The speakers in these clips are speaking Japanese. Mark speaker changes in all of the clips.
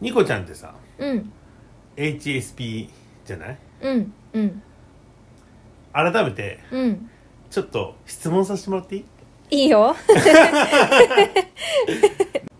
Speaker 1: ニコちゃんってさ
Speaker 2: うん
Speaker 1: HSP じゃない
Speaker 2: うんうん
Speaker 1: 改めて
Speaker 2: うん
Speaker 1: ちょっと質問させてもらっていい
Speaker 2: いいよ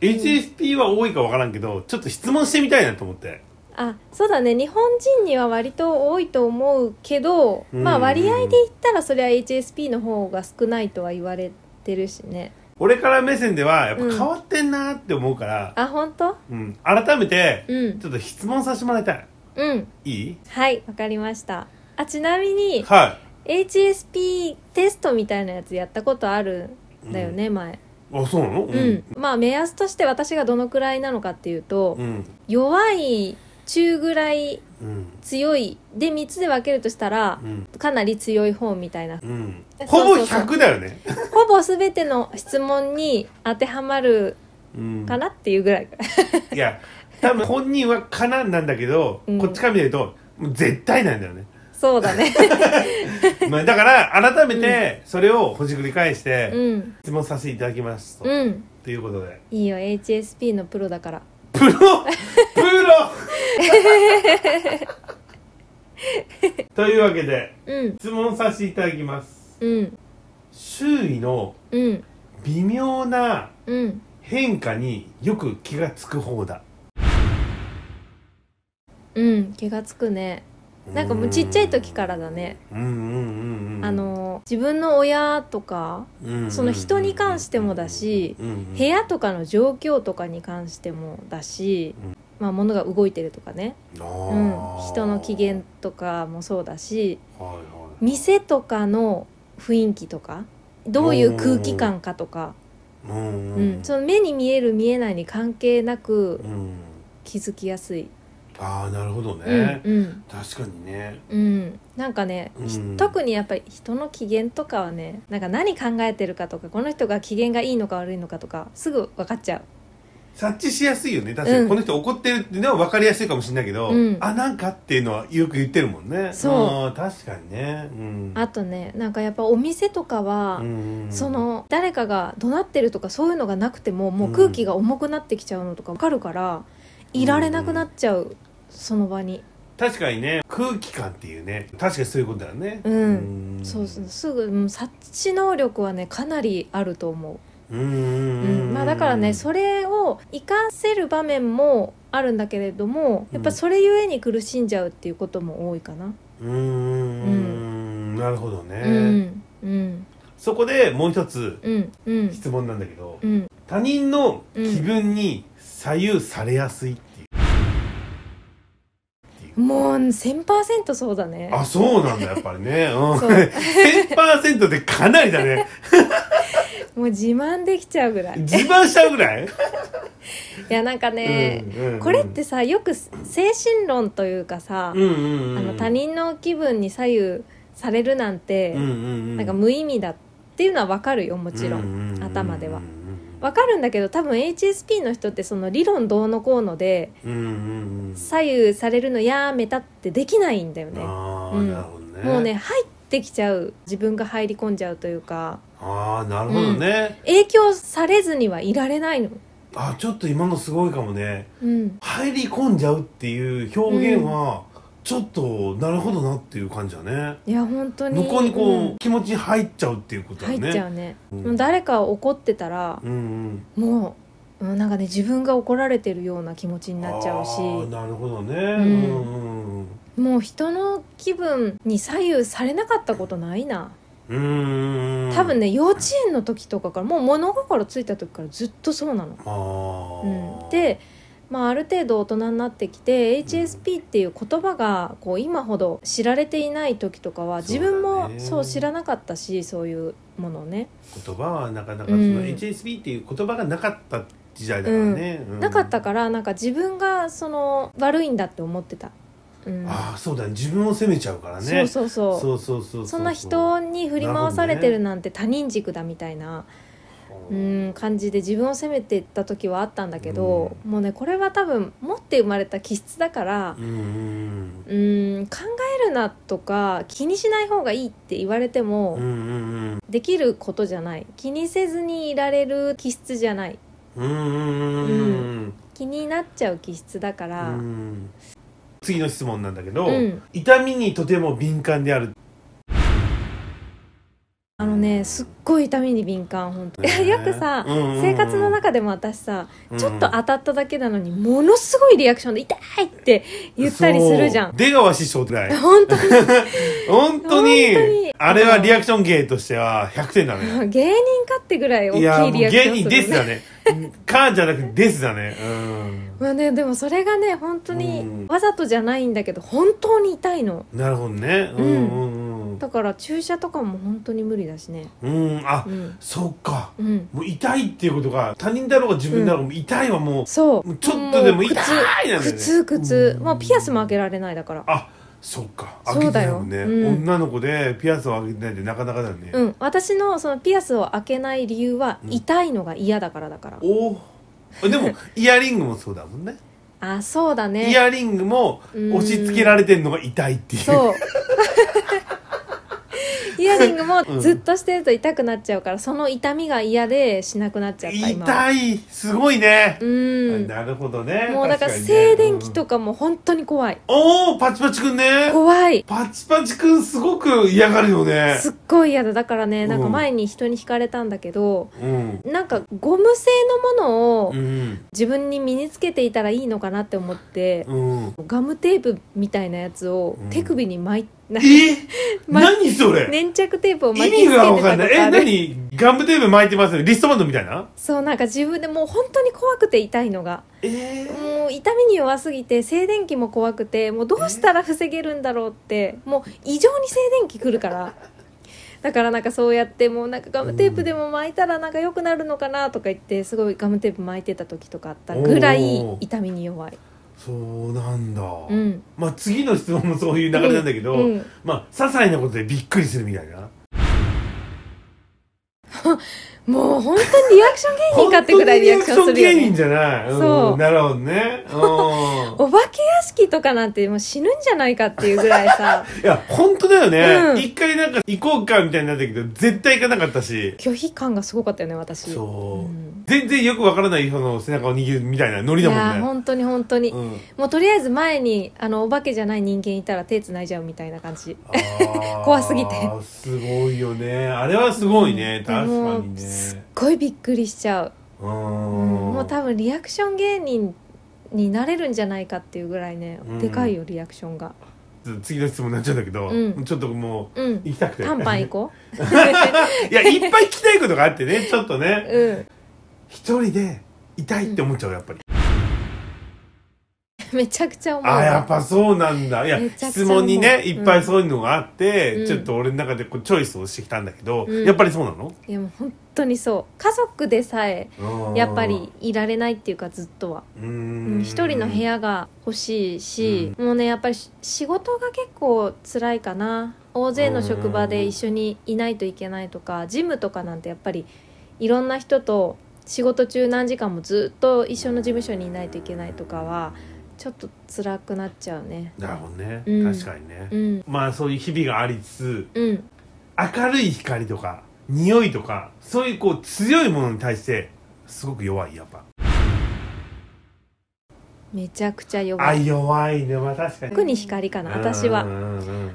Speaker 1: HSP は多いかわからんけどちょっと質問してみたいなと思って
Speaker 2: あそうだね日本人には割と多いと思うけど、まあ
Speaker 1: うん
Speaker 2: 割合で言ったらそれは HSP の方が少ないとは言われてるしね
Speaker 1: 俺から目線ではやっぱ
Speaker 2: うん
Speaker 1: 変わってんなーって思うから、
Speaker 2: あ本当
Speaker 1: うん改めて
Speaker 2: うん
Speaker 1: ちょっと質問させてもらいたい
Speaker 2: うん
Speaker 1: いい
Speaker 2: はいわかりましたあちなみに
Speaker 1: は
Speaker 2: HSP テストみたいなやつやったことあるんだよね、前
Speaker 1: いあそうなのう
Speaker 2: うん、まあ目安として私がどのくらいなのかっていうと、
Speaker 1: うん
Speaker 2: 弱い中ぐらい
Speaker 1: うん
Speaker 2: 強いで3つで分けるとしたら
Speaker 1: うん
Speaker 2: かなり強い方みたいな
Speaker 1: うん
Speaker 2: そう
Speaker 1: ほぼ
Speaker 2: そうそう
Speaker 1: 100だよね
Speaker 2: ほぼ全ての質問に当てはまる
Speaker 1: うん
Speaker 2: かなっていうぐらい
Speaker 1: いや多分本人は「かな」なんだけど、
Speaker 2: うん
Speaker 1: こっちから見るともう絶対なんだよね、
Speaker 2: そうだね
Speaker 1: まあ、だから改めてそれをほじくり返して、
Speaker 2: うん
Speaker 1: 質問させていただきますと,、
Speaker 2: うん
Speaker 1: ということで
Speaker 2: いいよ HSP のプロだから
Speaker 1: プロプロ というわけで
Speaker 2: うん
Speaker 1: 質問させていただきます
Speaker 2: うん
Speaker 1: 周囲の
Speaker 2: うん
Speaker 1: 微妙な
Speaker 2: うん
Speaker 1: 変化によく気がつく方だ
Speaker 2: うん気がつくねなんかもうちっちゃい時からだね
Speaker 1: うんうんうんうん
Speaker 2: あの自分の親とかその人に関してもだし部
Speaker 1: 部
Speaker 2: 屋とかの状況とかに関してもだし
Speaker 1: うん、
Speaker 2: まあ、物が動いてるとかね、うん、人の機嫌とかもそうだし店とかの雰囲気とかどういう空気感かとか、
Speaker 1: うん
Speaker 2: う
Speaker 1: うんん
Speaker 2: その目に見える見えないに関係なく
Speaker 1: うん
Speaker 2: 気づきやすい、
Speaker 1: ああなるほどね
Speaker 2: うんうん
Speaker 1: 確かにね
Speaker 2: うん、なんかね、ひ
Speaker 1: うん
Speaker 2: 特にやっぱり人の機嫌とかはねなんか何考えてるかとかこの人が機嫌がいいのか悪いのかとかすぐ分かっちゃ
Speaker 1: 察知しやすいよね確か
Speaker 2: うん
Speaker 1: にこの人怒ってるっていうのは分かりやすいかもしれないけど、
Speaker 2: うん
Speaker 1: あなんかっていうのはよく言ってるもんね
Speaker 2: そう
Speaker 1: あー確かにね、うん
Speaker 2: うあとねなんかやっぱお店とかは、
Speaker 1: うん
Speaker 2: その誰かが怒鳴ってるとかそういうのがなくてももう空気が重くなってきちゃうのとか分かるから、
Speaker 1: うん
Speaker 2: いられなくなっちゃうその場に、
Speaker 1: 確かにね空気感っていうね確かにそういうことだよね
Speaker 2: うんそうそうすぐうん察知能力はねかなりあると思
Speaker 1: うん
Speaker 2: う、
Speaker 1: う
Speaker 2: うんんまあ、だからねそれを活かせる場面もあるんだけれどもやっぱそれゆえに苦しんじゃうっていうことも多いかな、
Speaker 1: うんうんなるほどね、
Speaker 2: うんうん
Speaker 1: そこでもう一つ
Speaker 2: うんうん
Speaker 1: 質問なんだけど、
Speaker 2: うん
Speaker 1: 他人の気分に左右されやすいっていう、
Speaker 2: もう1000%そうだね
Speaker 1: あそうなんだやっぱりね、うん、
Speaker 2: そう
Speaker 1: 1000%でかなりだね
Speaker 2: もう自慢できちゃうぐらいい
Speaker 1: 自慢しちゃうぐ らい、
Speaker 2: やなんかね、
Speaker 1: うんうんうん
Speaker 2: これってさよく精神論というかさ、
Speaker 1: うんうんうん
Speaker 2: あの他人の気分に左右されるなんて、
Speaker 1: うんうんうん
Speaker 2: なんか無意味だっていうのは分かるよもちろん,、
Speaker 1: うううう
Speaker 2: 頭では
Speaker 1: うん
Speaker 2: 分かるんだけど多分 HSP の人ってその理論どうのこうので
Speaker 1: うんうんうん
Speaker 2: 左右されるのやめたってできないんだよね
Speaker 1: ああ、
Speaker 2: うん
Speaker 1: なるほどね
Speaker 2: もうね入ってきちゃう自分が入り込んじゃうというか
Speaker 1: ああなるほどね、
Speaker 2: 影響されずにはいられないの
Speaker 1: あちょっと今のすごいかもね
Speaker 2: うん
Speaker 1: 入り込んじゃうっていう表現は、ちょっとなるほどなっていう感じだね
Speaker 2: いや本当に
Speaker 1: 向こうにこう、
Speaker 2: ん
Speaker 1: 気持ちに入っちゃうっていうことだね
Speaker 2: 入っちゃうね、
Speaker 1: うん
Speaker 2: もう誰か怒ってたら
Speaker 1: うんうん
Speaker 2: もう、うん、なんかね自分が怒られてるような気持ちになっちゃう
Speaker 1: あー
Speaker 2: し
Speaker 1: なるほどね、
Speaker 2: ん
Speaker 1: うんうん
Speaker 2: もう人の気分に左右されなかったことないな
Speaker 1: うんうんうん
Speaker 2: 多分ね幼稚園の時とかからもう物心ついた時からずっとそうなの。
Speaker 1: ああ、
Speaker 2: うん、で、まあ、ある程度大人になってきて HSP っていう言葉がこう今ほど知られていない時とかは
Speaker 1: そ
Speaker 2: 自
Speaker 1: うだね
Speaker 2: 分もそう知らなかったしそういうものをね。
Speaker 1: 言葉はなかなかそ
Speaker 2: うん
Speaker 1: の HSP っていう言葉がなかった時代だからね、うん
Speaker 2: なかったからなんか自分がその悪いんだって思ってた。うん、
Speaker 1: ああそうだね自分を責めちゃうからね
Speaker 2: そうそうそう
Speaker 1: そうそうそうう
Speaker 2: そんな人に振り回されてるなんて他人軸だみたいなうん感じで自分を責めてった時はあったんだけど、もうねこれは多分持って生まれた気質だから
Speaker 1: うんうん
Speaker 2: うん考えるなとか気にしない方がいいって言われて
Speaker 1: う
Speaker 2: も
Speaker 1: んうん
Speaker 2: できることじゃない気にせずにいられる気質じゃない
Speaker 1: うんうんうんうんうん
Speaker 2: 気になっちゃう気質だから、
Speaker 1: うん次の質問なんだけど、
Speaker 2: うん
Speaker 1: 痛みにとても敏感である
Speaker 2: あのねすっごい痛みに敏感本当によくさ、
Speaker 1: うんうんうん
Speaker 2: 生活の中でも私さ
Speaker 1: うん
Speaker 2: ちょっと当たっただけなのにものすごいリアクションで「痛い!」って言ったりするじゃ
Speaker 1: そうん出川師匠ぐ らい
Speaker 2: 本当
Speaker 1: 本
Speaker 2: に
Speaker 1: 当に
Speaker 2: 本当に
Speaker 1: あれはリアクション芸としては100点だね
Speaker 2: 芸人かってぐらい
Speaker 1: いや
Speaker 2: 大
Speaker 1: もう
Speaker 2: きいリアクシ
Speaker 1: 芸
Speaker 2: ョン
Speaker 1: 人ですだね「か」じゃなくて「です」だねうん
Speaker 2: まあね、でもそれがね本当
Speaker 1: うん
Speaker 2: にわざとじゃないんだけど本当に痛いの
Speaker 1: なるほどねうんうん
Speaker 2: だから注射とかも本当に無理だしね
Speaker 1: うん、うん、あ、
Speaker 2: うん
Speaker 1: そっか
Speaker 2: うん
Speaker 1: もう痛いっていうことが他人だろうが自分だろうが、もう痛いはもう
Speaker 2: そう
Speaker 1: もうちょっとでも
Speaker 2: う
Speaker 1: 痛いなんだよね
Speaker 2: 苦痛苦痛
Speaker 1: うん
Speaker 2: まあピアスも開けられないだから
Speaker 1: あそっか開
Speaker 2: そ
Speaker 1: け
Speaker 2: う
Speaker 1: て
Speaker 2: だ
Speaker 1: ない
Speaker 2: よ
Speaker 1: もんね、
Speaker 2: うん
Speaker 1: 女の子でピアスを開けてないってなかなかだよね、
Speaker 2: うん私のそのピアスを開けない理由は
Speaker 1: うん
Speaker 2: 痛いのが嫌だからだから
Speaker 1: おおで もイヤリングもそうだもんね
Speaker 2: あそうだ
Speaker 1: イ
Speaker 2: ね
Speaker 1: ヤリングも
Speaker 2: うん
Speaker 1: 押し付けられてるのが痛いっていう
Speaker 2: そう イヤリングも
Speaker 1: うん
Speaker 2: ずっとしてると痛くなっちゃうからその痛みが嫌でしなくなっちゃった今
Speaker 1: 痛いすごいね、
Speaker 2: うん
Speaker 1: なるほどね
Speaker 2: もうだから
Speaker 1: 確
Speaker 2: 静電気
Speaker 1: か
Speaker 2: とかも本当に怖い
Speaker 1: にねうんおおパチパチくんね
Speaker 2: 怖い
Speaker 1: パチパチくんすごく嫌がるよね
Speaker 2: すっごい嫌だだからね
Speaker 1: うん
Speaker 2: なんか前に人に惹かれたんだけど
Speaker 1: うん
Speaker 2: なんかゴム製のものを
Speaker 1: うん
Speaker 2: 自分に身につけていたらいいのかなって思って
Speaker 1: うん
Speaker 2: ガムテープみたいなやつを
Speaker 1: うん
Speaker 2: 手首 に巻いな
Speaker 1: え
Speaker 2: ま
Speaker 1: 何それ
Speaker 2: 粘着テープを
Speaker 1: 意
Speaker 2: 巻き
Speaker 1: 味
Speaker 2: つけてた
Speaker 1: が
Speaker 2: こ
Speaker 1: 分
Speaker 2: と
Speaker 1: かんないえ
Speaker 2: ある
Speaker 1: 何ガムテープ巻いてますリストバンドみたいな
Speaker 2: そうなんか自分でもう本当に怖くて痛いのが
Speaker 1: えー
Speaker 2: もう痛みに弱すぎて静電気も怖くてもうどうしたら防げるんだろうってもう異常に静電気くるからだからなんかそうやってもうなんかガムテープでも巻いたらなんか良くなるのかなとか言ってすごいガムテープ巻いてた時とかあったぐらい
Speaker 1: おー
Speaker 2: 痛みに弱い
Speaker 1: そうなんだ、
Speaker 2: うん
Speaker 1: まあ次の質問もそういう流れなんだけど、
Speaker 2: うん
Speaker 1: まあ些細なことでびっくりするみたいな
Speaker 2: もう本当にリアクション芸人かってぐらいリアクションするよ
Speaker 1: 本当にリアクション芸
Speaker 2: ね
Speaker 1: 人じゃない、ん
Speaker 2: そう
Speaker 1: なるほどねう
Speaker 2: お化け屋敷とかなんてもう死ぬんじゃないかっていうぐらいさ
Speaker 1: んいや本当だよね、
Speaker 2: うん
Speaker 1: 一回なんか行こうかみたいになったけど絶対行かなかったし
Speaker 2: 拒否感がすごかったよね私
Speaker 1: そう、
Speaker 2: ん
Speaker 1: 全然よくわからない人の背中を握るみたいなノリ
Speaker 2: い
Speaker 1: だもんね
Speaker 2: やー本当に本当に、
Speaker 1: うん
Speaker 2: もうとりあえず前にあのお化けじゃない人間いたら手繋いじゃうみたいな感じ
Speaker 1: あー
Speaker 2: 怖すぎて
Speaker 1: すごいよねあれはすごいね、
Speaker 2: う
Speaker 1: 確
Speaker 2: ん
Speaker 1: かに
Speaker 2: でも
Speaker 1: ね
Speaker 2: すっごいびっくりしちゃ
Speaker 1: う
Speaker 2: う、うん
Speaker 1: ん
Speaker 2: もう多分リアクション芸人になれるんじゃないかっていうぐらいね、
Speaker 1: うん
Speaker 2: でかいよリアクションが
Speaker 1: 次の質問になっちゃうんだけど、
Speaker 2: うん
Speaker 1: ちょっともう
Speaker 2: うん
Speaker 1: 行きたくて
Speaker 2: 短パン行こ
Speaker 1: いやいっぱい聞きたいことがあってねちょっとね
Speaker 2: ううん
Speaker 1: 一人で痛いって思っちゃうやっぱり、
Speaker 2: めちゃくちゃ思うわ
Speaker 1: あやっぱそうなんだいや
Speaker 2: めちゃくちゃ
Speaker 1: 質
Speaker 2: 思う
Speaker 1: 問にねいっぱいそういうのがあって、
Speaker 2: うん
Speaker 1: ちょっと俺の中でこうチョイスをしてきたんだけど、
Speaker 2: うん
Speaker 1: やっぱりそうなの
Speaker 2: いやもう本当にそう家族でさえ
Speaker 1: うん
Speaker 2: やっぱりいられないっていうかずっとは
Speaker 1: う
Speaker 2: うんん一人の部屋が欲しいし、もうねやっぱりし仕事が結構辛いかな大勢の職場で一緒にいないといけないとかジムとかなんてやっぱりいろんな人と仕事中何時間もずっと一緒の事務所にいないといけないとかはちょっと辛くなっちゃうね
Speaker 1: なるほどね、
Speaker 2: うん
Speaker 1: 確かにね、
Speaker 2: うん
Speaker 1: まあそういう日々がありつつ
Speaker 2: うん
Speaker 1: 明るい光とか匂いとかそういうこう強いものに対してすごく弱いやっぱ
Speaker 2: めちゃくちゃ弱
Speaker 1: あ
Speaker 2: い
Speaker 1: 弱いねまあ確かに
Speaker 2: 特に光かな私は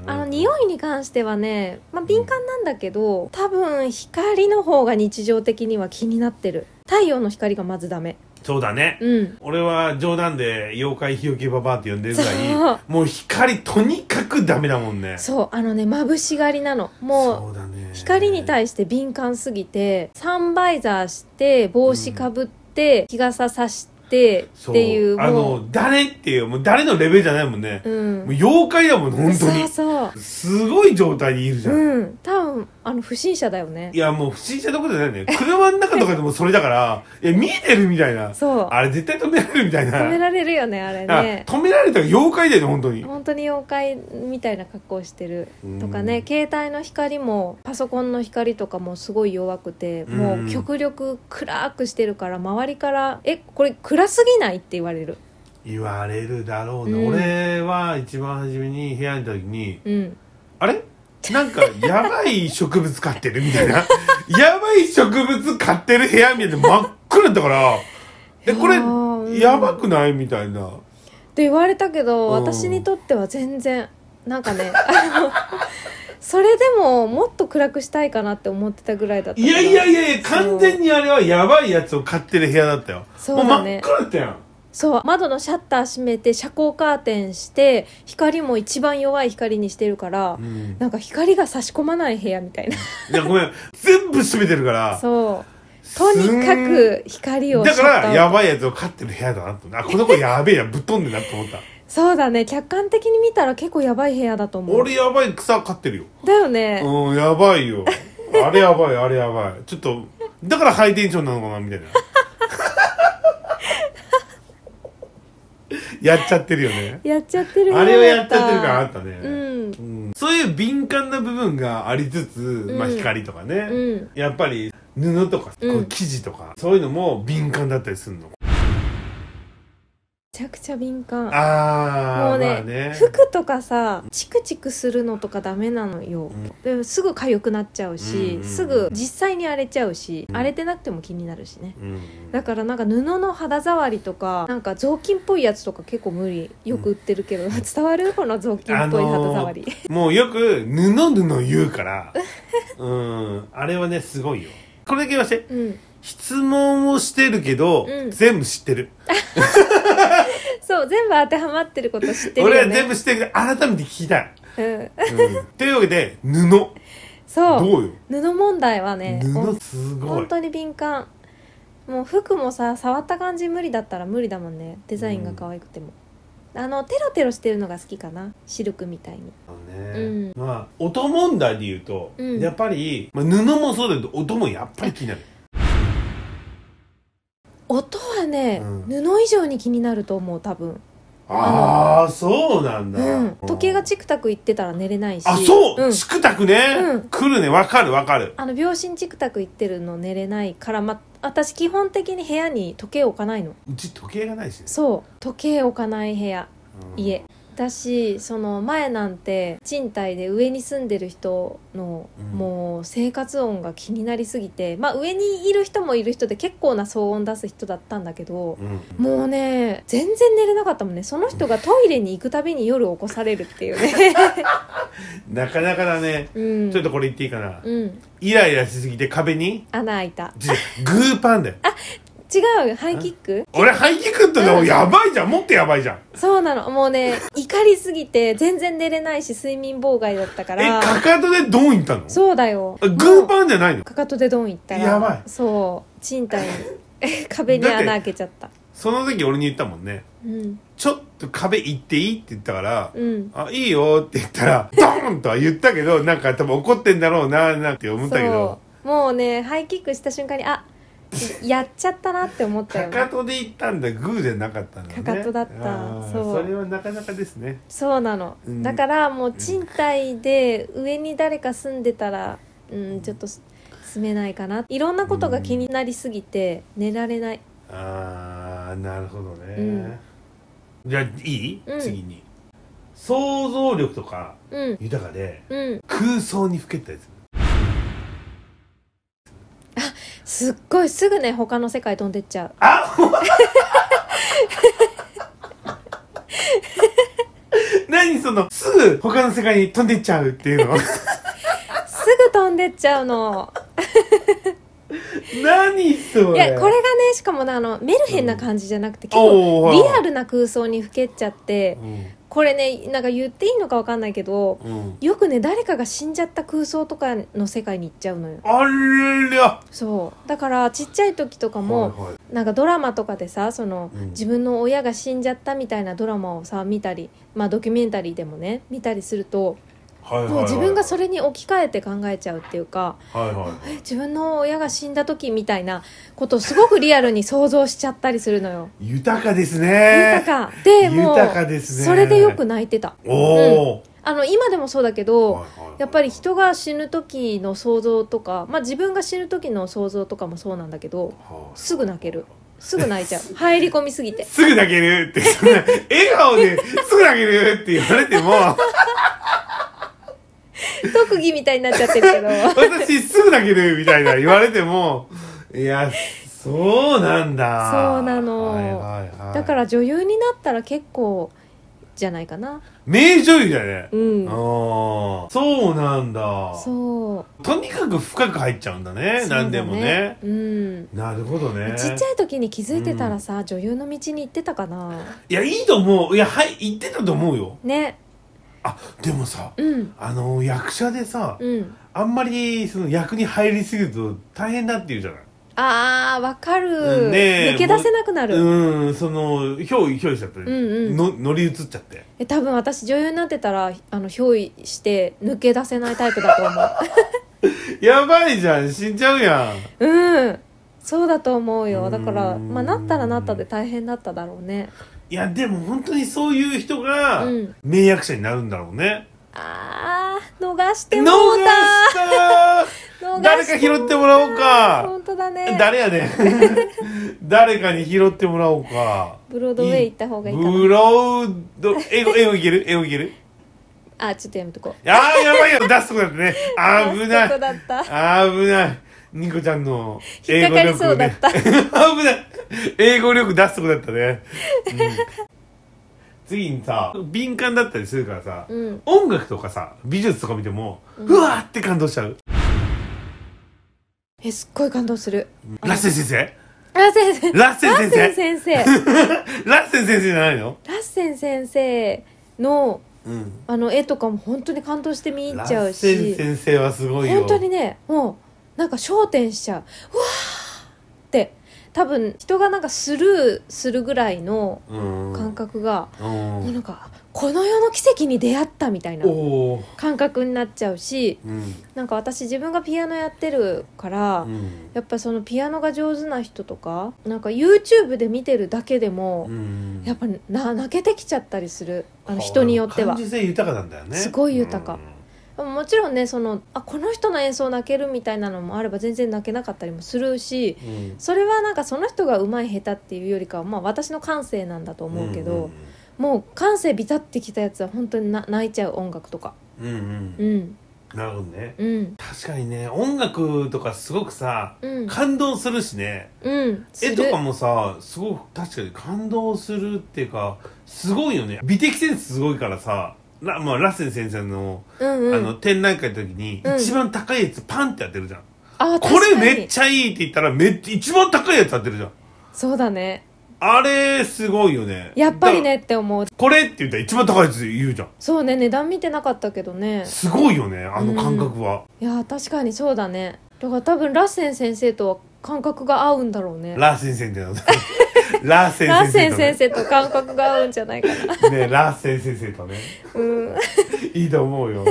Speaker 2: あの匂いに関してはね、まあ、敏感なんだけど多分光の方が日常的には気になってる太陽の光がまずダメ
Speaker 1: そうだね、
Speaker 2: うん
Speaker 1: 俺は冗談で妖怪ひよけばばあって呼んでるぐら
Speaker 2: そ
Speaker 1: いもう光とにかくダメだもんね
Speaker 2: そうあのね眩しがりなのもう
Speaker 1: そうだね
Speaker 2: 光に
Speaker 1: して
Speaker 2: 対して敏感すぎてサンバイザーして帽子かぶって、日傘さしてっていう
Speaker 1: あ
Speaker 2: もう
Speaker 1: の誰っていうもう誰のレベルじゃないもんね、
Speaker 2: うん
Speaker 1: もう妖怪だもん本当
Speaker 2: そう
Speaker 1: に
Speaker 2: そう
Speaker 1: すごい状態にいるじゃん、
Speaker 2: うん多分あの不審者だよね
Speaker 1: いやもう不審者どころじゃないね車の中とかでもそれだからいや見えてるみたいな
Speaker 2: そう
Speaker 1: あれ絶対止められるみたいな
Speaker 2: 止められるよねあれね
Speaker 1: あ止められたら妖怪だよね本当に
Speaker 2: 本当に妖怪みたいな格好をしてる
Speaker 1: うん
Speaker 2: とかね携帯の光もパソコンの光とかもすごい弱くてもう極力暗くしてるから周りから「えこれ暗すぎない?」って言われる
Speaker 1: 言われるだろうね、
Speaker 2: うん
Speaker 1: 俺は一番初めに部屋にいた時に
Speaker 2: うん
Speaker 1: あれなんかやばい植物飼ってるみたい なやばい植物飼ってる部屋みたいな真っ暗だったからでこれ
Speaker 2: いやーうん
Speaker 1: やばくないみたいな
Speaker 2: って言われたけど、
Speaker 1: うん
Speaker 2: 私にとっては全然なんかね あのそれでももっと暗くしたいかなって思ってたぐらいだった
Speaker 1: い
Speaker 2: から
Speaker 1: やいやいやいや完全にあれはやばいやつを買ってる部屋だったよ
Speaker 2: そうだ
Speaker 1: もう真っ
Speaker 2: ね
Speaker 1: 暗だったやん
Speaker 2: そう窓のシャッター閉めて遮光カーテンして光も一番弱い光にしてるから、
Speaker 1: うん
Speaker 2: なんか光が差し込まない部屋みたいな
Speaker 1: いやごめん全部閉めてるから
Speaker 2: そうとにかく光を
Speaker 1: だか
Speaker 2: シャッター
Speaker 1: ら
Speaker 2: を
Speaker 1: やばいやつを飼ってる部屋だなと思ったあこの子やべえやぶっ飛んでんなと思った
Speaker 2: そうだね客観的に見たら結構やばい部屋だと思う
Speaker 1: 俺やばい草飼ってるよ
Speaker 2: だよね、
Speaker 1: うんやばいよあれやばいあれやばいちょっとだからハイテンションなのかなみた いなやっちゃってるよね
Speaker 2: やっちゃってる
Speaker 1: あれをやっちゃってるから
Speaker 2: ら
Speaker 1: あったね、
Speaker 2: うん
Speaker 1: うんそういう敏感な部分がありつつ、まあ
Speaker 2: うん
Speaker 1: 光とかね、
Speaker 2: うん
Speaker 1: やっぱり布とか、
Speaker 2: うん
Speaker 1: こう生地とかそういうのも敏感だったりするの
Speaker 2: めちゃくちゃ敏感
Speaker 1: ああ
Speaker 2: もうね,、
Speaker 1: まあね
Speaker 2: 服とかさチクチクするのとかダメなのよ、ですぐ痒くなっちゃうし、
Speaker 1: うん
Speaker 2: すぐ実際に荒れちゃうし、
Speaker 1: うん
Speaker 2: 荒れてなくても気になるしね
Speaker 1: うん
Speaker 2: だからなんか布の肌触りとかなんか雑巾っぽいやつとか結構無理よく売ってるけど、 伝わるこの雑巾っぽい肌触り、
Speaker 1: もうよく布布言うから うんあれはねすごいよこれだけ言わせて
Speaker 2: うん
Speaker 1: 質問をしてるけど、
Speaker 2: うん
Speaker 1: 全部知ってる
Speaker 2: そう全部当てはまってること知ってる
Speaker 1: 俺
Speaker 2: よ
Speaker 1: は全
Speaker 2: ね
Speaker 1: 部知ってるけど改めて聞きた い、
Speaker 2: うん、
Speaker 1: うん、というわけで布ど
Speaker 2: そう
Speaker 1: うよ
Speaker 2: 布問題はねお
Speaker 1: 布すごい
Speaker 2: 本当に敏感もう服もさ触った感じ無理だったら無理だもんねデザインが可愛くても、あのテロテロしてるのが好きかなシルクみたいに
Speaker 1: ねまあ音問題で言うと、
Speaker 2: うん
Speaker 1: やっぱり、まあ、布もそうだけど音もやっぱり気になる
Speaker 2: 音はね、
Speaker 1: うん
Speaker 2: 布以上に気になると思う多分、
Speaker 1: ああそうなんだ、
Speaker 2: うん、時計が
Speaker 1: ち
Speaker 2: チクタクいってたら寝れないし
Speaker 1: あそう、
Speaker 2: ん
Speaker 1: チクタクね、
Speaker 2: うん
Speaker 1: 来るねわかるわかる
Speaker 2: あの秒針チクタクいってるの寝れないから、ま、私基本的に部屋に時計置かないの
Speaker 1: うち時計がないしね、
Speaker 2: そう時計置かない部屋
Speaker 1: うん
Speaker 2: 家だしその前なんて賃貸で上に住んでる人の
Speaker 1: うん
Speaker 2: もう生活音が気になりすぎて、まあ上にいる人もいる人で結構な騒音出す人だったんだけど
Speaker 1: うん
Speaker 2: もうね全然寝れなかったもんねその人がトイレに行くたびに夜起こされるっていうね
Speaker 1: なかなかだね、
Speaker 2: うん
Speaker 1: ちょっとこれ言っていいかな、
Speaker 2: うん
Speaker 1: イライラしすぎて壁に
Speaker 2: 穴開いた
Speaker 1: じグーパンだよ
Speaker 2: 違うハイキック
Speaker 1: 俺ハイキックっての
Speaker 2: うん
Speaker 1: やばいじゃんもっとやばいじゃん
Speaker 2: そうなのもうね怒りすぎて全然寝れないし睡眠妨害だったか
Speaker 1: え
Speaker 2: ら
Speaker 1: かかとでドン行ったの
Speaker 2: そうだよ
Speaker 1: あグーパンじゃないの
Speaker 2: かかとでドン行ったら
Speaker 1: やばい
Speaker 2: そう賃貸 に壁に穴開けちゃった
Speaker 1: その時俺に言ったもんね
Speaker 2: うん
Speaker 1: ちょっと壁行っていいって言ったから、
Speaker 2: うん
Speaker 1: あ、いいよって言ったら、ドーンとは言ったけど、なんか多分怒ってんだろうな、なんて思ったけど、
Speaker 2: そうもうねハイキックした瞬間にあやっちゃったなって思ったよ
Speaker 1: か
Speaker 2: ね
Speaker 1: かとで行ったんだ、グーじゃなかったんだね。
Speaker 2: かかとだった
Speaker 1: あー
Speaker 2: そう
Speaker 1: それはなかなかですね。
Speaker 2: そうなの、
Speaker 1: うん
Speaker 2: だからもう賃貸で上に誰か住んでたらうんちょっとす住めないかないろんなことが気になりすぎて寝られない
Speaker 1: あーなるほどね、
Speaker 2: うん
Speaker 1: じゃあいい、
Speaker 2: うん
Speaker 1: 次に想像力とか
Speaker 2: うん
Speaker 1: 豊かで
Speaker 2: うん
Speaker 1: 空想にふけったりする
Speaker 2: すっごいすぐね他の世界飛んでっちゃう
Speaker 1: 何そのすぐ他の世界に飛んでいっちゃうっていう の
Speaker 2: すぐ飛んでっちゃうの
Speaker 1: 何それ
Speaker 2: いやこれがねしかもねあのメルヘンな感じじゃなくて、結
Speaker 1: お
Speaker 2: 構
Speaker 1: ー
Speaker 2: リアルな空想にふけっちゃって
Speaker 1: うん
Speaker 2: これねなんか言っていいのかわかんないけど
Speaker 1: うん
Speaker 2: よくね誰かが死んじゃった空想とかの世界に行っちゃうのよ
Speaker 1: ありゃ
Speaker 2: そうだからちっちゃい時とかも、
Speaker 1: はいはい
Speaker 2: なんかドラマとかでさその、
Speaker 1: うん
Speaker 2: 自分の親が死んじゃったみたいなドラマをさ見たりまあドキュメンタリーでもね見たりすると
Speaker 1: はいはいはい
Speaker 2: もう自分がそれに置き換えて考えちゃうっていうか
Speaker 1: はいはい
Speaker 2: 自分の親が死んだ時みたいなことをすごくリアルに想像しちゃったりするのよ。
Speaker 1: 豊かですね
Speaker 2: 豊かでもう
Speaker 1: 豊かですね
Speaker 2: それでよく泣いてた
Speaker 1: おお、
Speaker 2: あの今でもそうだけど、
Speaker 1: はいはいはい
Speaker 2: やっぱり人が死ぬ時の想像とか、まあ、自分が死ぬ時の想像とかもそうなんだけど
Speaker 1: はあ
Speaker 2: すぐ泣けるすぐ泣い ちゃう入り込みすぎて
Speaker 1: すぐ泣けるって、そんな笑顔ですぐ泣けるって言われても、
Speaker 2: 特技みたいになっちゃってるけど
Speaker 1: 私すぐ泣けるみたいな言われても、いや、そうなんだ。
Speaker 2: そうなの
Speaker 1: はいはいはい
Speaker 2: だから女優になったら結構じゃないかな
Speaker 1: 名女優だね、
Speaker 2: うん
Speaker 1: あーそうなんだ
Speaker 2: そう
Speaker 1: とにかく深く入っちゃうんだね
Speaker 2: そうだ
Speaker 1: 何でもね
Speaker 2: うん
Speaker 1: なるほどね
Speaker 2: ちっちゃい時に気づいてたらさ、女優の道に行ってたかない
Speaker 1: やいいと思ういやはい言ってたと思うよ
Speaker 2: ね
Speaker 1: あでもさ
Speaker 2: うん
Speaker 1: あの役者でさ、
Speaker 2: うん
Speaker 1: あんまりその役に入りすぎると大変だって言うじゃない
Speaker 2: あーわかる、
Speaker 1: ねえ
Speaker 2: 抜け出せなくなる、
Speaker 1: うんそのひょうひょうしちゃって、
Speaker 2: んうん
Speaker 1: の乗り移っちゃって
Speaker 2: え多分私女優になってたらあの憑依して抜け出せないタイプだと思
Speaker 1: やばいじゃん死んじゃうやん
Speaker 2: う うんそうだと思うよだか
Speaker 1: う
Speaker 2: ら、
Speaker 1: ん
Speaker 2: まあ、なったらなったで大変だっただろうね
Speaker 1: いやでも本当にそういう人が
Speaker 2: うん
Speaker 1: 名役者になるんだろうね、
Speaker 2: あー逃して
Speaker 1: 逃
Speaker 2: もうた
Speaker 1: した
Speaker 2: 逃
Speaker 1: 誰
Speaker 2: して
Speaker 1: か
Speaker 2: も
Speaker 1: 拾っ
Speaker 2: うた
Speaker 1: てもらおうか
Speaker 2: 本当だね
Speaker 1: 誰やね ん誰かに拾ってもらおうか
Speaker 2: ブロードウェイ行った方がいいかな
Speaker 1: ブロード英語英語いける英語いける
Speaker 2: あちょっとやめとこ
Speaker 1: あ
Speaker 2: う
Speaker 1: ーやばいよ出すとこだった ね危な
Speaker 2: あそこ
Speaker 1: い
Speaker 2: だった
Speaker 1: 危ないニコちゃんの
Speaker 2: 引っかかりそうだ
Speaker 1: ね
Speaker 2: った
Speaker 1: 危ない英語力出すとこだったね、うん次にさ敏感だったりするからさ、
Speaker 2: うん
Speaker 1: 音楽とかさ美術とか見ても、うわーって感動しちゃう
Speaker 2: えすっごい感動する
Speaker 1: ラッセン先生
Speaker 2: ラッセン先生
Speaker 1: ラッセン先生
Speaker 2: ラッセン先生
Speaker 1: ラッセン先生じゃないの
Speaker 2: ラッセン先生の
Speaker 1: うん
Speaker 2: あの絵とかも本当に感動して見入っちゃう
Speaker 1: ラッセン
Speaker 2: し
Speaker 1: 先生はすごいよ
Speaker 2: 本当にねもうなんか焦点しちゃううわーって多分人がなんかスルーするぐらいの
Speaker 1: うん
Speaker 2: 感覚が、
Speaker 1: うん
Speaker 2: もうなんかこの世の奇跡に出会ったみたいな
Speaker 1: おお
Speaker 2: 感覚になっちゃうし
Speaker 1: うん
Speaker 2: なんか私自分がピアノやってるから、
Speaker 1: うん
Speaker 2: やっぱそのピアノが上手な人とかなんか YouTube で見てるだけでも、
Speaker 1: うん
Speaker 2: やっぱな泣けてきちゃったりするあの人によっては
Speaker 1: 感受性豊かなんだよね
Speaker 2: すごい豊かもちろんねそのあこの人の演奏泣けるみたいなのもあれば全然泣けなかったりもするし
Speaker 1: うんうん
Speaker 2: それはなんかその人が上手い下手っていうよりかは、まあ、私の感性なんだと思うけど、もう感性ビタってきたやつは本当にな泣いちゃう音楽とか
Speaker 1: うんうん、うん
Speaker 2: う
Speaker 1: うん
Speaker 2: ん
Speaker 1: なるほどね
Speaker 2: うん
Speaker 1: 確かにね音楽とかすごくさ
Speaker 2: うん
Speaker 1: 感動するしね、
Speaker 2: うんす
Speaker 1: 絵
Speaker 2: る
Speaker 1: とかもさすごく確かに感動するっていうかすごいよね美的センスすごいからさラ,、まあ、ラッセン先生の,、
Speaker 2: うんうん
Speaker 1: あの展覧会の時に、
Speaker 2: うん
Speaker 1: 一番高いやつパンって当てるじゃん
Speaker 2: あ
Speaker 1: これ
Speaker 2: 確かに
Speaker 1: めっちゃいいって言ったらめっちゃ一番高いやつ当てるじゃん
Speaker 2: そうだね
Speaker 1: あれすごいよね
Speaker 2: やっぱり
Speaker 1: だ
Speaker 2: ねって思う
Speaker 1: これって言ったら一番高いやつ言うじゃん
Speaker 2: そうね値段見てなかったけどね
Speaker 1: すごいよねあの感覚は、
Speaker 2: いやー確かにそうだねだから多分ラッセン先生とは感覚が合うんだろうね
Speaker 1: ラーセン先生の ラーセン
Speaker 2: ラッセ
Speaker 1: 先
Speaker 2: ン
Speaker 1: 生
Speaker 2: 先生と感覚が合うんじゃないかな
Speaker 1: とねねラーセン先生とね
Speaker 2: うん
Speaker 1: いいと思うよ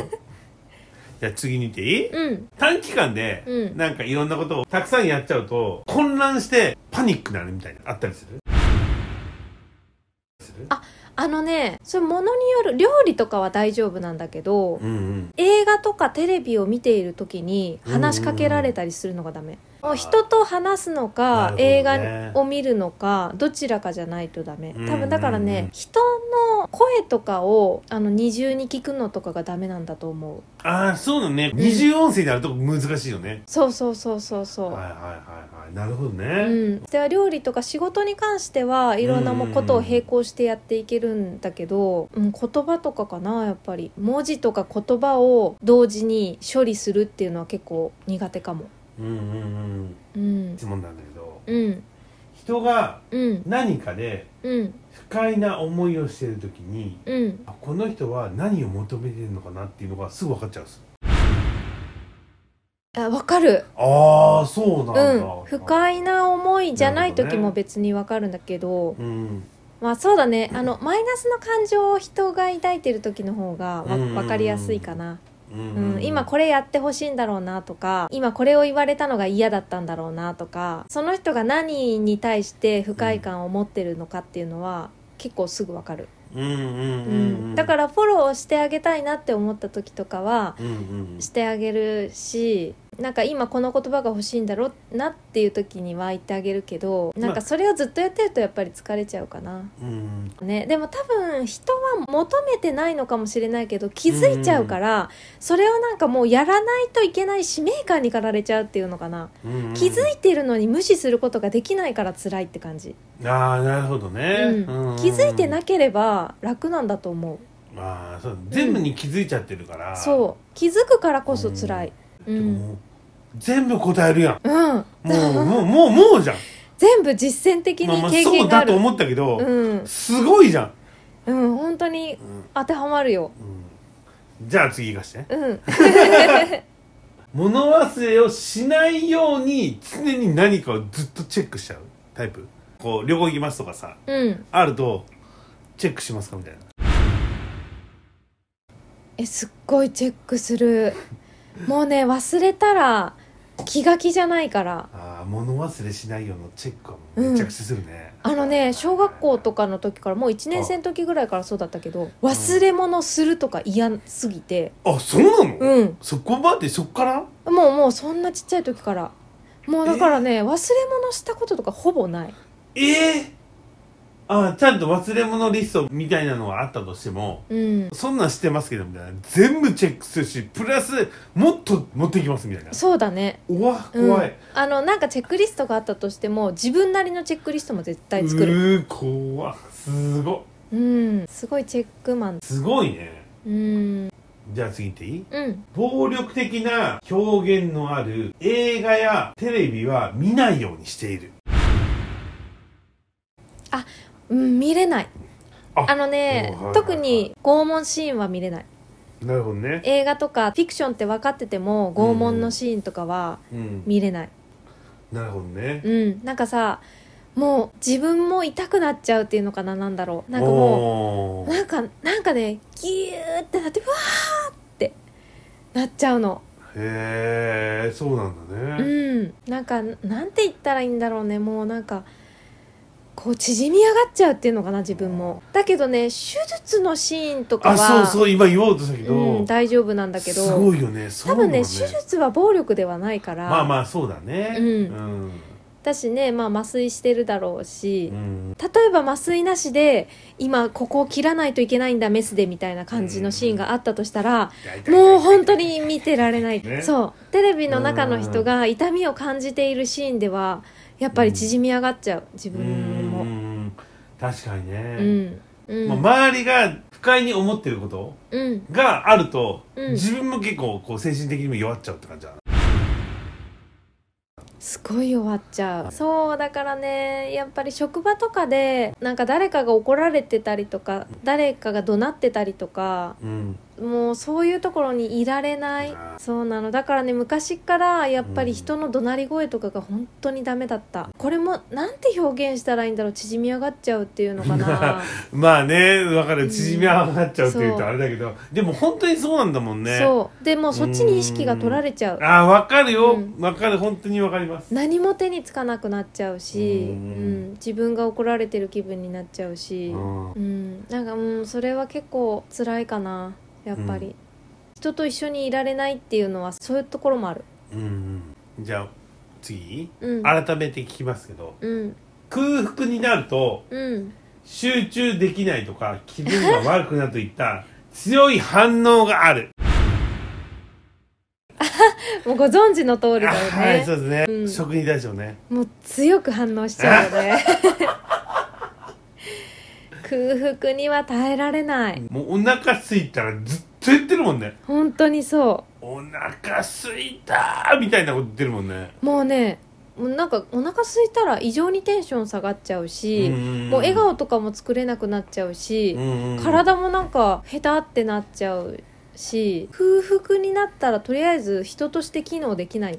Speaker 1: じゃあ次に行っていい
Speaker 2: うん
Speaker 1: 短期間で
Speaker 2: うん
Speaker 1: なんかいろんなことをたくさんやっちゃうと混乱してパニックになるみたいなあったりするする
Speaker 2: あのねそれものによる料理とかは大丈夫なんだけど、
Speaker 1: うんうん
Speaker 2: 映画とかテレビを見ている時に話しかけられたりするのがダメ、もう人と話すの
Speaker 1: な
Speaker 2: か、
Speaker 1: るほどね
Speaker 2: 映画を見るのかどちらかじゃないとダメ多分だからね、
Speaker 1: うんうん
Speaker 2: 人の声とかをあの二重に聞くのとかがダメなんだと思う
Speaker 1: ああそうだね二重音声になると難しいよね、
Speaker 2: そうそうそうそうそう、
Speaker 1: はいはいはいはいなるほどね、
Speaker 2: うん、では料理とか仕事に関してはいろんなも
Speaker 1: うん
Speaker 2: ことを並行してやっていけるんだけど、うん、言葉とかかなやっぱり文字とか言葉を同時に処理するっていうのは結構苦手かも
Speaker 1: うんうんうん
Speaker 2: うん
Speaker 1: 質問なんだけど
Speaker 2: うん
Speaker 1: 人が
Speaker 2: うん
Speaker 1: 何かで
Speaker 2: うん
Speaker 1: 不快な思いをしている時に
Speaker 2: うん
Speaker 1: あこの人は何を求めてるのかなっていうのがすぐ分かっちゃうんです
Speaker 2: あわかる
Speaker 1: ああそうなん
Speaker 2: う
Speaker 1: だ、
Speaker 2: ん不快な思いじゃない
Speaker 1: なる
Speaker 2: 時
Speaker 1: ほど
Speaker 2: も
Speaker 1: ね
Speaker 2: 別にわかるんだけど
Speaker 1: うん
Speaker 2: まあそうだねあのマイナスの感情を人が抱いてる時の方がわ
Speaker 1: うん
Speaker 2: わかりやすいかな
Speaker 1: うん
Speaker 2: うん、今これやってほしいんだろうなとか今これを言われたのが嫌だったんだろうなとかその人が何に対して不快感を持ってるのかっていうのは結構すぐわかる、
Speaker 1: うんうん
Speaker 2: う
Speaker 1: うんん、うん、、
Speaker 2: だかららフォローしてあげたいなって思った時とかは
Speaker 1: うんうん、
Speaker 2: してあげるしなんか今この言葉が欲しいんだろうなっていう時には言ってあげるけどな
Speaker 1: ま
Speaker 2: ん
Speaker 1: あ
Speaker 2: かそれをずっとやってるとやっぱり疲れちゃうかな、
Speaker 1: うん
Speaker 2: ね、でも多分人は求めてないのかもしれないけど気づいちゃうからそれをなんかもうやらないといけない使命感に駆られちゃうっていうのかな
Speaker 1: うん
Speaker 2: 気づいてるのに無視することができないから辛いって感じ、
Speaker 1: ああなるほどね、
Speaker 2: うん、気づいてな
Speaker 1: く
Speaker 2: ければ楽なんだと思う
Speaker 1: ああそう全部に気づいちゃってるから、
Speaker 2: そう気づくからこそ辛いうん、
Speaker 1: でも
Speaker 2: うん
Speaker 1: もう全部答えるやんもうもうもうもう じゃん、
Speaker 2: 全部実践的
Speaker 1: まあ、ま
Speaker 2: に
Speaker 1: あ
Speaker 2: 経
Speaker 1: そ
Speaker 2: 験
Speaker 1: う
Speaker 2: があ
Speaker 1: だ
Speaker 2: る、
Speaker 1: と思ったけど、
Speaker 2: うん
Speaker 1: すごいじゃん、
Speaker 2: うん本当に
Speaker 1: うん
Speaker 2: 当てはまるよ
Speaker 1: じゃあ次いかして
Speaker 2: うん
Speaker 1: 物忘れをしないように常に何かをずっとチェックしちゃうタイプこう旅行行きますとかさ
Speaker 2: うん
Speaker 1: あるとチェックしますかみたいな
Speaker 2: えすっごいチェックするもうね忘れたら気が気じゃないから
Speaker 1: あー物忘れしないようなチェックはもうめちゃくちゃするね、
Speaker 2: あのね小学校とかの時からもう1年生の時ぐらいからそうだったけど忘れ物するとか嫌すぎて
Speaker 1: あそうなの、
Speaker 2: うん
Speaker 1: そこまでそっから
Speaker 2: もうもうそんなちっちゃい時からもうだからね忘れ物したこととかほぼない
Speaker 1: ええあーちゃんと忘れ物リストみたいなのはあったとしても
Speaker 2: うん
Speaker 1: そんなんしてますけどみたいな全部チェックするしプラスもっと持ってきますみたいな
Speaker 2: そうだね
Speaker 1: うわ
Speaker 2: うん
Speaker 1: 怖い、
Speaker 2: あのなんかチェックリストがあったとしても自分なりのチェックリストも絶対作る
Speaker 1: うー怖っすごっ
Speaker 2: うんすごいチェックマン
Speaker 1: すごいね
Speaker 2: うん
Speaker 1: じゃあ次行っていい
Speaker 2: うん
Speaker 1: 暴力的な表現のある映画やテレビは見ないようにしている
Speaker 2: うん見れない
Speaker 1: あ
Speaker 2: あのね
Speaker 1: おうはいはいはい
Speaker 2: 特に拷問シーンは見れない
Speaker 1: なるほどね
Speaker 2: 映画とかフィクションって分かってても拷問のシーンとかは
Speaker 1: うん
Speaker 2: 見れない
Speaker 1: なるほどね
Speaker 2: うんなんかさもう自分も痛くなっちゃうっていうのかななんだろうなんかもう
Speaker 1: おー
Speaker 2: なんかなんかねギューってなってうわーってなっちゃうの
Speaker 1: へえそうなんだ
Speaker 2: う
Speaker 1: ね、
Speaker 2: んなんかなんて言ったらいいんだろうねもうなんかこう縮み上がっちゃうっていうのかな自分もだけどね手術のシーンとかは
Speaker 1: あそうそう今言おうとしたけど、
Speaker 2: うん、大丈夫なんだけ
Speaker 1: す
Speaker 2: ど
Speaker 1: ごいよねそ
Speaker 2: 多
Speaker 1: うなの
Speaker 2: 分ね手術は暴力ではないから、
Speaker 1: まあまあそうだね
Speaker 2: うん
Speaker 1: うん
Speaker 2: だしね、まあ、麻酔してるだろうし、
Speaker 1: うん
Speaker 2: 例えば麻酔なしで今ここを切らないといけないんだメスでみたいな感じのシーンがあったとしたら、もう本当に見てられない、
Speaker 1: ね
Speaker 2: そうテレビの中の人が痛みを感じているシーンではやっぱり縮み上がっちゃう自
Speaker 1: う
Speaker 2: 分も
Speaker 1: ん確かにね、
Speaker 2: うんうん、
Speaker 1: まあ、周りが不快に思ってること
Speaker 2: うん
Speaker 1: があると、
Speaker 2: うん
Speaker 1: 自分も結構こう精神的にも弱っちゃうって感じだな
Speaker 2: すごい弱っちゃうそうだからねやっぱり職場とかでなんか誰かが怒られてたりとか誰かが怒鳴ってたりとか
Speaker 1: うん
Speaker 2: もうそういうところにいられない
Speaker 1: あー
Speaker 2: そうなのだからね昔からやっぱり人の怒鳴り声とかが本当にダメだったこれもなんて表現したらいいんだろう縮み上がっちゃうっていうのかな、
Speaker 1: まあね分かる縮み上がっちゃうっていう
Speaker 2: そう
Speaker 1: とあれだけど、でも本当にそうなんだもん ね
Speaker 2: そうでもうそっちに意識が取られちゃう
Speaker 1: ああ分かるよ、
Speaker 2: うん
Speaker 1: 分かる本当に分かります
Speaker 2: 何も手につかなくなっちゃうし、
Speaker 1: う
Speaker 2: うんん自分が怒られてる気分になっちゃうし、
Speaker 1: うん
Speaker 2: うん、なんかうんそれは結構辛いかなやっぱり、
Speaker 1: う
Speaker 2: 人と一緒にいられないっていうのはそういうところもある
Speaker 1: うんうんじゃあ次、
Speaker 2: うん
Speaker 1: 改めて聞きますけど
Speaker 2: うん
Speaker 1: 空腹になると
Speaker 2: うん
Speaker 1: 集中できないとか気分が悪くなるといった 強い反応がある
Speaker 2: もうご存知の通りだよね、
Speaker 1: あ はいそうですね、
Speaker 2: うん
Speaker 1: 食に対してもね
Speaker 2: もう強く反応しちゃうよね 空腹には耐えられない
Speaker 1: もうお腹すいたらずっと言ってるもんね
Speaker 2: 本当にそ
Speaker 1: お腹すいたーみたいなこと言ってるもんね
Speaker 2: うもうねもうなんかお腹空いたら異常にテンション下がっちゃうし、もう笑顔とかも作れなくなっちゃうし、体もなんかヘタってなっちゃうし空腹になったらとりあえず人として機能できない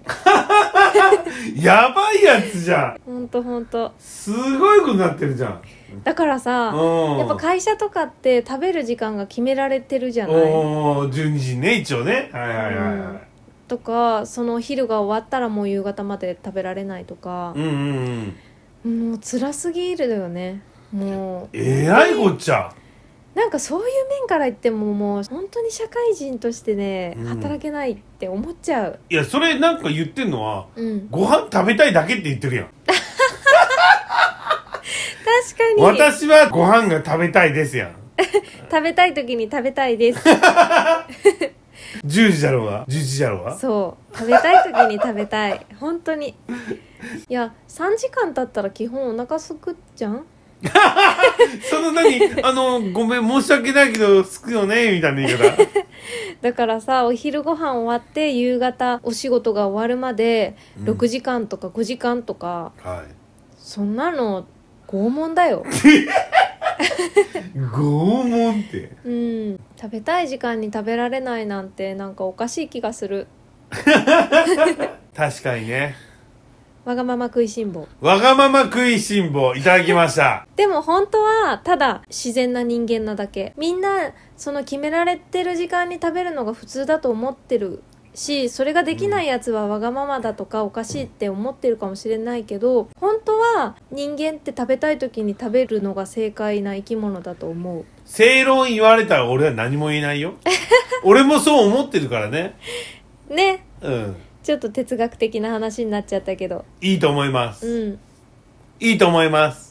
Speaker 1: やばいやつじゃん
Speaker 2: ほんとほんと
Speaker 1: すごいことになってるじゃん
Speaker 2: だからさ、や
Speaker 1: や
Speaker 2: っぱ会社とかって食べる時間が決められてるじゃない
Speaker 1: おー12時ね一応ねはいはいはいはい
Speaker 2: とかそのお昼が終わったらもう夕方まで食べられないとか
Speaker 1: う、んうんうん
Speaker 2: もう辛すぎるよねもう
Speaker 1: えらいこっちゃ
Speaker 2: なんなんかそういう面から言ってももう本当に社会人としてね、
Speaker 1: うん
Speaker 2: 働けないって思っちゃう
Speaker 1: いやそれなんか言ってんのは
Speaker 2: うん
Speaker 1: ご飯食べたいだけって言ってるやん
Speaker 2: 確かに
Speaker 1: 私はご飯が食べたいですやん
Speaker 2: 食べたい時に食べたいです
Speaker 1: 10時じゃろうが11時じゃろうが
Speaker 2: そう食べたい時に食べたい 本当にいや3時間経ったら基本お腹すくじゃん
Speaker 1: その何あのごめん申し訳ないけどすくよねみたいな言い方
Speaker 2: だからさお昼ご飯終わって夕方お仕事が終わるまで
Speaker 1: うん
Speaker 2: 6時間とか5時間とか、
Speaker 1: は
Speaker 2: そんなの拷問 だよ
Speaker 1: い拷問って
Speaker 2: うん食べたい時間に食べられないなんてなんかおかしい気がする
Speaker 1: 確かにね
Speaker 2: わがまま食いしん坊
Speaker 1: わがまま食いしん坊いただきました
Speaker 2: でも本当はただ自然な人間なだけみんなその決められてる時間に食べるのが普通だと思ってるしそれができないやつはわがままだとかおかしいって思ってるかもしれないけど本当は人間って食べたい時に食べるのが正解な生き物だと思う
Speaker 1: 正論言われたら俺は何も言えない よ俺もそう思ってるからね
Speaker 2: ね
Speaker 1: うん
Speaker 2: ちょっと哲学的な話になっちゃったけど
Speaker 1: いいと思います、
Speaker 2: うん
Speaker 1: いいと思います